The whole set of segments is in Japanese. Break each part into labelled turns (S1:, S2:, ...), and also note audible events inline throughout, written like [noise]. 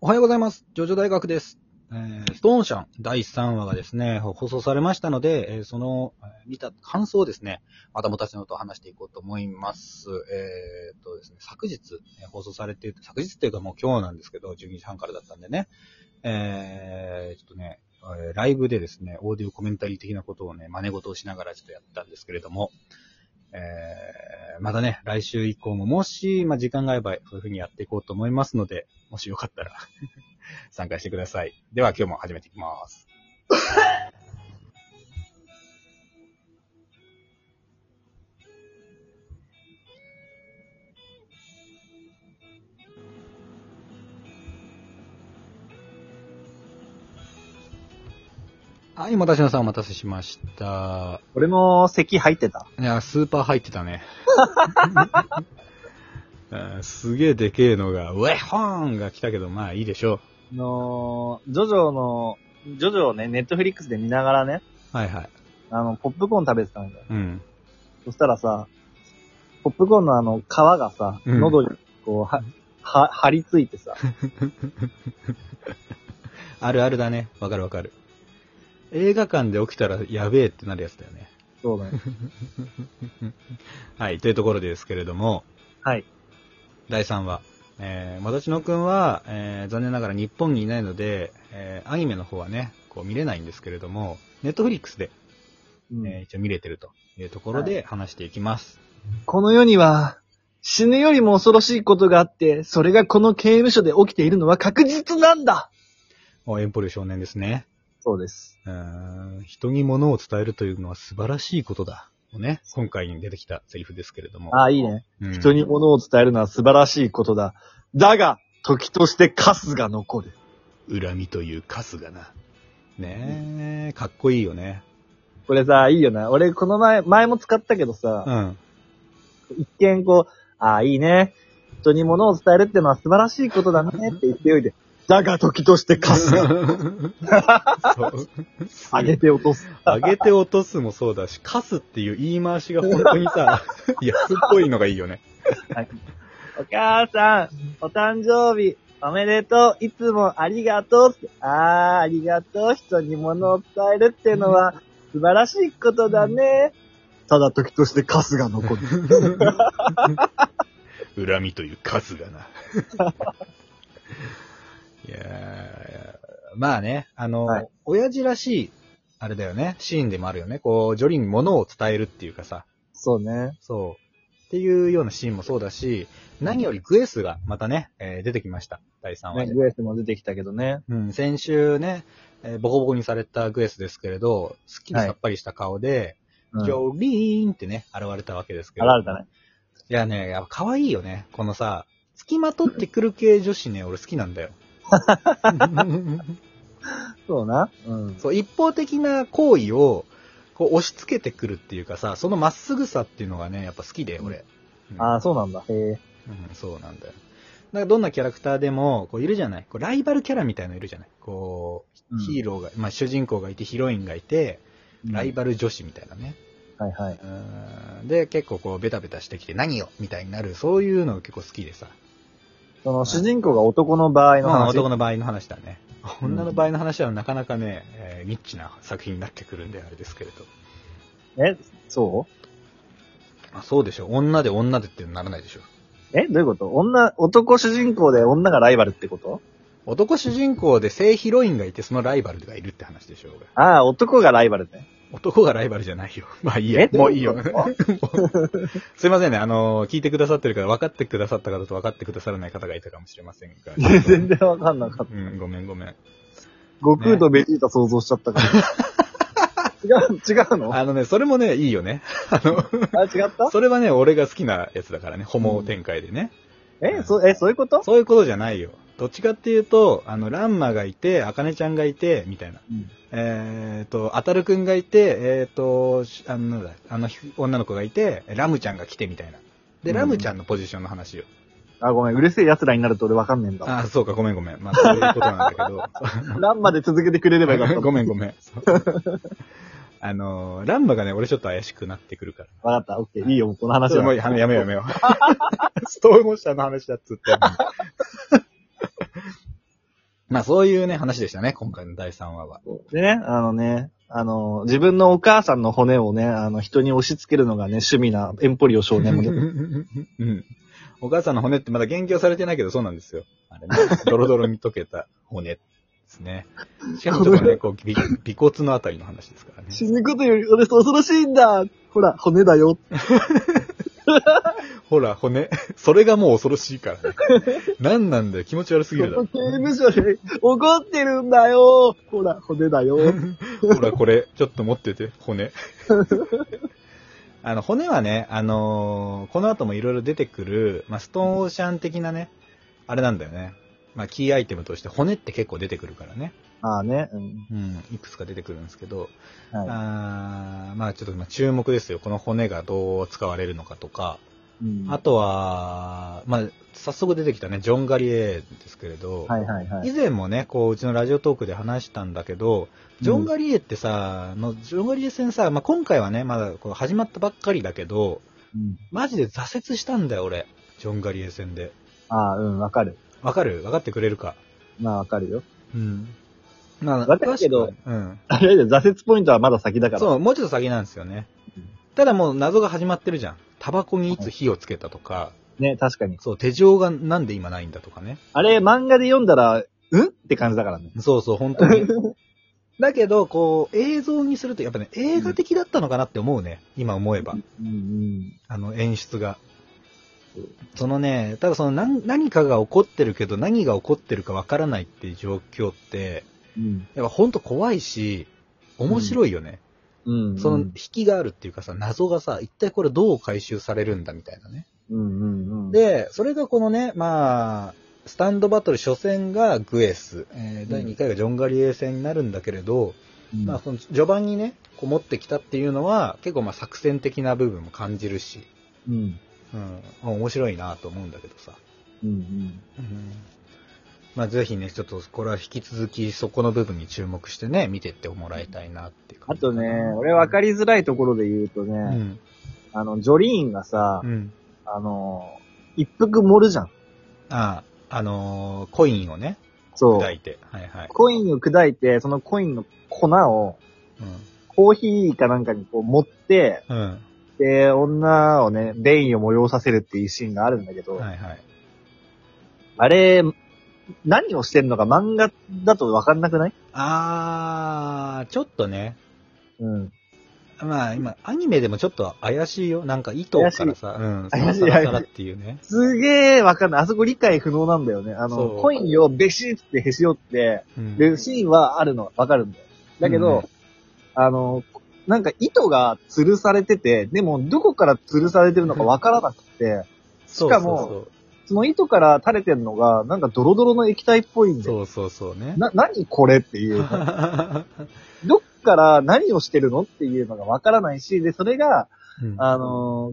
S1: おはようございます。ジョジョ大学です。えーストーンシャン第3話がですね、放送されましたので、えーその、えー見た感想をですね、またもたちのと話していこうと思います。えーっとですね、昨日、えー放送されて、昨日っていうかもう今日なんですけど、12時半からだったんでね、えー、ちょっとね、えーライブでですね、オーディオコメンタリー的なことをね、真似事をしながらちょっとやったんですけれども、えー、またね、来週以降も、もし、まあ、時間があれば、そういう風にやっていこうと思いますので、もしよかったら、参加してください。では、今日も始めていきます。はい、またしのさんお待たせしました。
S2: 俺の席入ってた
S1: いや、スーパー入ってた
S2: [laughs]
S1: ね。うんすげえでけえのが、ウェホーンが来たけど、まあいいでしょ
S2: あのー、ジョジョの、ジョジョをね、ネットフリックスで見ながらね、
S1: う。はいはい。
S2: あの、ポップコーン食べてたんだよ。
S1: うん。
S2: そしたらさ、ポップコーンのあの、皮がさ、
S1: うん
S2: 喉に、こう、は、は、張り付い
S1: [laughs]
S2: てさ、
S1: あるあるだね。わかるわかる。映画館で起きたらやべえってなるやつだよね。
S2: そうだね。
S1: はい、というところですけれども、
S2: はい。
S1: 第3話。えー、またちのくんは、えー残念ながら日本にいないので、えーアニメの方はね、こう見れないんですけれども、ネットフリックスで、
S2: うん
S1: えー一応見れてるというところで話していきます。
S2: この世には、死ぬよりも恐ろしいことがあって、それがこの刑務所で起きているのは確実なんだ
S1: おエンポリュ少年ですね。
S2: そうです。
S1: うーん人に物を伝えるというのは素晴らしいことだ。をね、今回に出てきたセリフですけれども。
S2: ああ、いいね。
S1: うん
S2: 人に物を伝えるのは素晴らしいことだ。だが、時としてカスが残る。
S1: 恨みというカスがな。ねえ、かっこいいよね。
S2: これさ、いいよな。俺、この前、前も使ったけど
S1: う
S2: さ、
S1: ん。
S2: 一見こう、ああ、いいね。人に物を伝えるってのは素晴らしいことだねって言っておいて、だが時としてカスが
S1: そう
S2: 上げて落とす。
S1: 上げて落とすもそうだし、カスっていう言い回しが本当に
S2: [laughs]
S1: さ、安っぽいのがいいよね。
S2: お母さん、お誕生日、おめでとう、いつもありがとうって、ああ、ありがとう、人に物を伝えるってのは素晴らしいことだね。ただ時としてカスが残る。
S1: 恨みという数がな。いやーまあね、あの、
S2: はい
S1: 親父らしい、あれだよね、シーンでもあるよね。こう、ジョリに物を伝えるっていうかさ、
S2: そうね。
S1: そう。っていうようなシーンもそうだし、何よりグエスがまたね、えー出てきました。第3話
S2: ね
S1: で。
S2: グエスも出てきたけどね。
S1: うん、先週ね、えーボコボコにされたグエスですけれど、すっきりさっぱりした顔で、
S2: うん、
S1: ジ
S2: 現
S1: ョリーンってね、現れたわけですけ
S2: れ
S1: ど。
S2: たね。
S1: いやね、やっぱ可愛いよね。このさ、付きまとってくる系女子ね、俺好きなんだ
S2: [laughs]
S1: よ。
S2: そうな。うん。
S1: そう、一方的な行為を、こう押し付けてくるっていうかさ、そのまっすぐさっていうのがね、やっぱ好きで、俺。うん
S2: ああ、そうなんだ。へえ。
S1: うん、そうなんだよ。だからどんなキャラクターでも、こういるじゃないこうライバルキャラみたいのいるじゃないこう、ヒーローが、まあ主人公がいて、ヒロインがいて、ライバル女子みたいなね。
S2: ル。はいはい。
S1: うんで、結構こう、ベタベタしてきて、何よみたいになる、そういうのが結構好きでさ。
S2: その主人公が男の場合の
S1: まあ
S2: 話。
S1: 男の場合の話だね。
S2: うん
S1: 女の場合の話はなかなかね、えーニッチな作品になってくるんであれですけれど。
S2: え、そ
S1: あそうでしょ。女で女でってならないでしょ。
S2: うえ、どういうこと女、男主人公で女がライバルってこと
S1: 男主人公で正ヒロインがいて、そのライバルがいるって話でしょ。俺
S2: ああ、男がライバルね。
S1: 男がライバルじゃないよ。 [laughs] まあいいや
S2: え。
S1: もういいよ
S2: どういう。こ
S1: [laughs] すいませんね。あのー聞いてくださってる方、分かってくださった方と分かってくださらない方がいたかもしれませんが。
S2: と [laughs] [laughs] 全然わかんなかった。
S1: うん、ごめんごめん。
S2: 悟空とベジータ想像しちゃったから。 [laughs] 違う、違うのあ
S1: あのね、それもね、いいよね。あの、
S2: 違った
S1: それはね、俺が好きなやつだからね。ホモ展開でね。
S2: え、そ、え、そういうこと
S1: そういうことじゃないよ。どっちかっていうと、あの、ランマがいて、アカネちゃんがいて、みたいな。
S2: うん
S1: えっ、と、アタルくんがいて、えっ、と、しあの、なんだあの、ひ女の子がいて、ラムちゃんが来て、みたいな。で、ラムちゃんのポジションの話よ。
S2: あ、ごめん、うるせえ奴らになると俺わかんねえんだ。
S1: ああ、そうか、ごめんごめん。まあ、そういうことなんだけど。
S2: ランま [laughs] で続けてくれればよかっ
S1: [laughs]
S2: た。
S1: ごめんごめん。あのー、ランマがね、俺ちょっと怪しくなってくるから。
S2: わかった、オッケー。いいよ、もうこの話
S1: それ
S2: は。
S1: もうやめやめようやめよう。ストーモーシャーの話だっつって。まあそういうね、話でしたね、今回の第3話は。
S2: でね、あのね、あの、自分のお母さんの骨をね、あの、人に押し付けるのがね、趣味なエンポリオ少 [laughs] 年も
S1: う [laughs]
S2: ね、
S1: ん。お母さんの骨ってまだ言及されてないけど、そうなんですよ。あれね、ドロドロに溶けた骨ですね。しかもちょっと
S2: [laughs]
S1: ね、こう、び尾骨のあたりの話ですからね。
S2: 死ぬことより俺恐ろしいんだほら、骨だよ。
S1: ほら、骨。それがもう恐ろしいからね。
S2: [laughs]
S1: 何なんだよ、気持ち悪すぎるだろ。
S2: 刑務所で怒ってるんだよほら、骨だよ。
S1: [laughs] ほら、これ、ちょっと持ってて、骨。 [laughs] あの、骨はね、あのーこの後もいろいろ出てくる、まあ、ストーンオーシャン的なね、あれなんだよね。まあ、キーアイテムとして骨って結構出てくるからね。
S2: まあね、うん。
S1: うん、いくつか出てくるんですけど、
S2: は
S1: あーまあちょっとまあ注目ですよ。この骨がどう使われるのかとか、
S2: い。うん
S1: あとは、まあ早速出てきたね、ジョン・ガリエーですけれど、
S2: はいはいはい。
S1: 以前もね、こう、うちのラジオトークで話したんだけど、ジョン・ガリエってさ、あのジョン・ガリエ戦さ、まあ、今回はね、まだこう始まったばっかりだけど、
S2: うん
S1: マジで挫折したんだよ、俺。ジョン・ガリエ戦で。
S2: ああ、うん、わかる。
S1: わかるわかってくれるか。
S2: まあわかるよ。
S1: うん。まあ
S2: わかるけど
S1: 詳しくはうん。
S2: あれで挫折ポイントはまだ先だから。う。
S1: そう、もうちょっと先なんですよね
S2: うん。
S1: ただもう謎が始まってるじゃん。タバコにいつ火をつけたとか、
S2: ね、確かに。
S1: そう、手錠がなんで今ないんだとかね。
S2: あれ、漫画で読んだら、うんって感じだからね。
S1: そうそう、本当に。 [laughs] だけど、こう、映像にすると、やっぱね、映画的だったのかなって思うね。今思えば。
S2: うんうん。
S1: あの、演出が
S2: そう。
S1: そのね、ただその何何かが起こってるけど、何が起こってるかわからないっていう状況って、
S2: うん。
S1: やっぱほんと怖いし、面白いよね。
S2: うん、
S1: その引きがあるっていうかさ、謎がさ、一体これどう回収されるんだみたいなね。
S2: うんうんうん。、
S1: で、それがこのね、まあ、スタンドバトル初戦がグエス、えー第2回がジョンガリエ戦になるんだけれど、
S2: うん、
S1: まあその序盤にね、こう持ってきたっていうのは、結構まあ作戦的な部分も感じるし、
S2: うん。
S1: うん、面白いなと思うんだけどさ。
S2: うんうん。
S1: うんまあぜひね、ちょっとこれは引き続きそこの部分に注目してね、見てってもらいたいなっていう
S2: あ
S1: 感じ
S2: とね、俺分かりづらいところで言うとね、
S1: うん。
S2: あの、ジョリーンがさ、
S1: うん。
S2: あの、一服盛るじゃん。
S1: ああ、あのーコインをね、
S2: そう。
S1: 砕いて。はいはい。
S2: コインを砕いて、そのコインの粉を、コーヒーかなんかにこう持って、
S1: うん。うん。
S2: で、女をね、便意を催させるっていうシーンがあるんだけど、
S1: はいはい。
S2: あれ、何をしてんのか漫画だと分かんなくない
S1: あー、ちょっとね。
S2: うん。
S1: まあ今、アニメでもちょっと怪しいよ。なんか糸からさ、うん、サ
S2: 怪
S1: ラ
S2: しい
S1: サラサラっていうね。
S2: すげえ分かんない。あそこ理解不能なんだよね。あ
S1: そ
S2: の、
S1: う
S2: コインをべしってへし折って、
S1: うん
S2: で、シーンはあるの、わかるんだよ。だけど、
S1: うん
S2: あの、なんか糸が吊るされてて、でもどこから吊るされてるのかわからなくて、
S1: そう
S2: しかもその糸から垂れてるのが、なんかドロドロの液体っぽいん
S1: そう
S2: で、
S1: そうそうそうそうね。
S2: な、何これっ
S1: [laughs]
S2: ていう。どっから何をしてるのっていうのがわからないし、で、それが、
S1: うん
S2: あの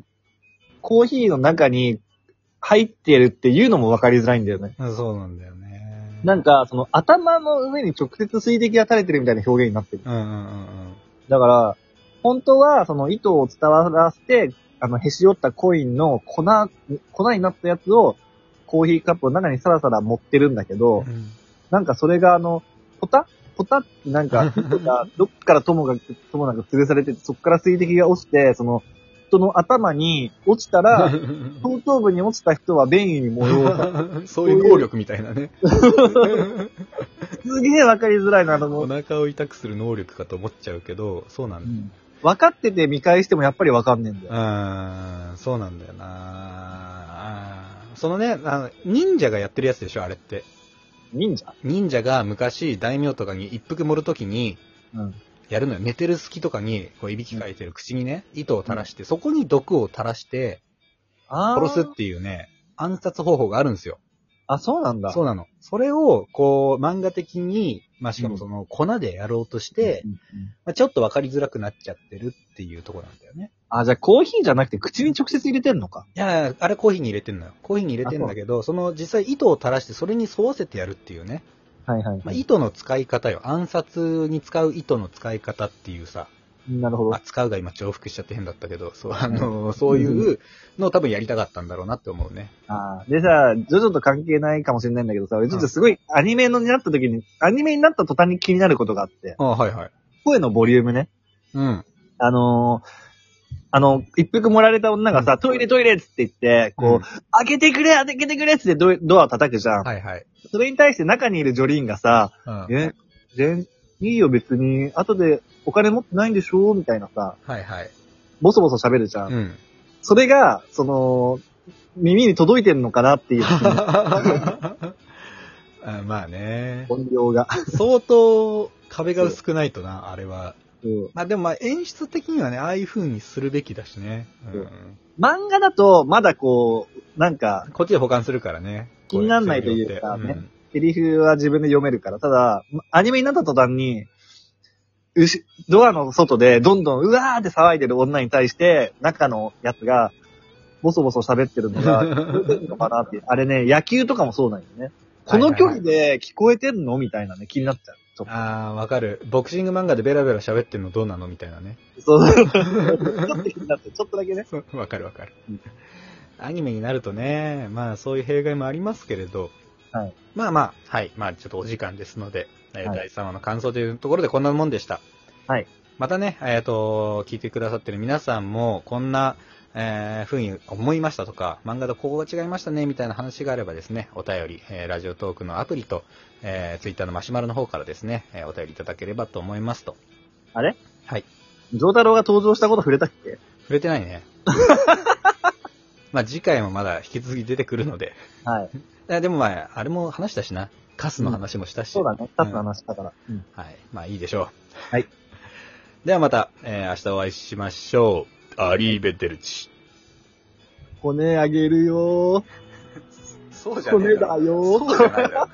S2: コーヒーの中に入ってるっていうのもわかりづらいんだよね。
S1: そうなんだよね。
S2: なんか、その頭の上に直接水滴が垂れてるみたいな表現になってる。
S1: うんうんうん
S2: だから、本当は、その糸を伝わらせて、あの、へし折ったコインの粉、粉になったやつを、コーヒーカップの中にさらさら持ってるんだけ
S1: う
S2: ど
S1: ん。、うん
S2: なんかそれがあの、ポタポタってなんか、糸がどっからともが、ともなく吊るされてて、そっから水滴が落ちて、その、人の頭に落ちたら、頭頭部に落ちた人は便意に模様
S1: [laughs]
S2: を。
S1: そういう能力みたいなね。
S2: すげえわかりづらい [laughs] なと思
S1: お
S2: う。
S1: 腹を痛くする能力かと思っちゃうけど、そうなんだよ
S2: 分かってて見返してもやっぱりわかんねえんだよ。
S1: うーん、そうなんだよなあーそのね、あの、忍者がやってるやつでしょ、あれって。
S2: 忍者
S1: 忍者が昔、大名とかに一服盛るときに、
S2: うん。
S1: やるのよ。寝てる隙とかに、こう、いびきかいてる口にね、糸を垂らして、そこに毒を垂らして、
S2: あー
S1: 殺すっていうね、暗殺方法があるんですよ。
S2: あ、そうなんだ。
S1: そうなの。それを、こう、漫画的に、まあ、しかもその、粉でやろうとして、
S2: うんうん
S1: まあ、ちょっとわかりづらくなっちゃってるっていうところなんだよね。
S2: あ、じゃあコーヒーじゃなくて口に直接入れてんのか。
S1: いやいや、あれコーヒーに入れてんのよ。コーヒーに入れてんだけど、その実際糸を垂らしてそれに沿わせてやるっていうね。
S2: はいはい
S1: まあ、糸の使い方よ。暗殺に使う糸の使い方っていうさ、
S2: なるほ
S1: ま
S2: ど
S1: あ。使うが今重複しちゃって変だったけど、そう、あの、そういうのを多分やりたかったんだろうなって思うね。
S2: あーでさ、ジョジョと関係ないかもしれないんだけどさ、俺ちょっとすごいアニメのになった時に、アニメになった途端に気になることがあって、
S1: ああはいはい。
S2: 声のボリュームね。
S1: うん。
S2: あのーあの、一服盛られた女がさ、トイレトイレっつって言って、こう、
S1: うん
S2: 開けてくれ開けてくれっつってドドアを叩くじゃん。
S1: はいはい。
S2: それに対して中にいるジョリーンがさ、
S1: うん。はい
S2: え、全、いいよ別に、後でお金持ってないんでしょみたいなさ、
S1: はい。
S2: ボソボソ喋るじゃ
S1: [laughs]
S2: ん。
S1: うん。
S2: それが、その、耳に届いてんのかなっていう、
S1: あまあね。
S2: 音量が。
S1: 相当壁が薄くないとな、あれは。
S2: うん
S1: まあでもまあ演出的にはね、ああいう風にするべきだしね。うん。
S2: 漫画だと、まだこう、なんか、
S1: こっちで保管するからね。
S2: 気になんないというかね
S1: これうん
S2: セリフは自分で読めるから、ただ、アニメになった途端に、うし、ドアの外でどんどんうわーって騒いでる女に対して、中のやつが、ボソボソ喋ってるのが、聞こえてんのかなって。あれね、野球とかもそうなんよね。この距離で聞こえてんのみたいなね、気になっちゃう。ちょっ
S1: ああ、わかる。ボクシング漫画でベラベラ喋ってんのどうなのみたいなね。
S2: [laughs] と。そう。ちょっと気になって、ちょっとだけね。
S1: [laughs] わかるわかる
S2: うん。
S1: アニメになるとね、まあそういう弊害もありますけれど、
S2: はい
S1: まあまあ、はい、まあちょっとお時間ですので、えー
S2: はい
S1: 第3話の感想というところでこんなもんでした。
S2: はい。
S1: またね、えっ、と、聞いてくださってる皆さんも、こんな、えー、ふうに思いましたとか、漫画とここが違いましたね、みたいな話があればですね、お便り、えーラジオトークのアプリと、えー、ツイッターのマシュマロの方からですね、えーお便りいただければと思いますと。
S2: あれ
S1: はい。
S2: ジョータロウが登場したこと触れたっけ
S1: 触れてないね。まあ次回もまだ引き続き出てくるので。
S2: はい。
S1: いやでもまあ、あれも話したしな。カスの話もしたし。
S2: そうだね。二つの話だから。うん。
S1: はい。まあいいでしょう。
S2: はい。
S1: ではまた、えー明日お会いしましょう。アリーベデルチ。
S2: 骨あげるよー。
S1: そう
S2: 骨だよー。
S1: そうじゃないだろ。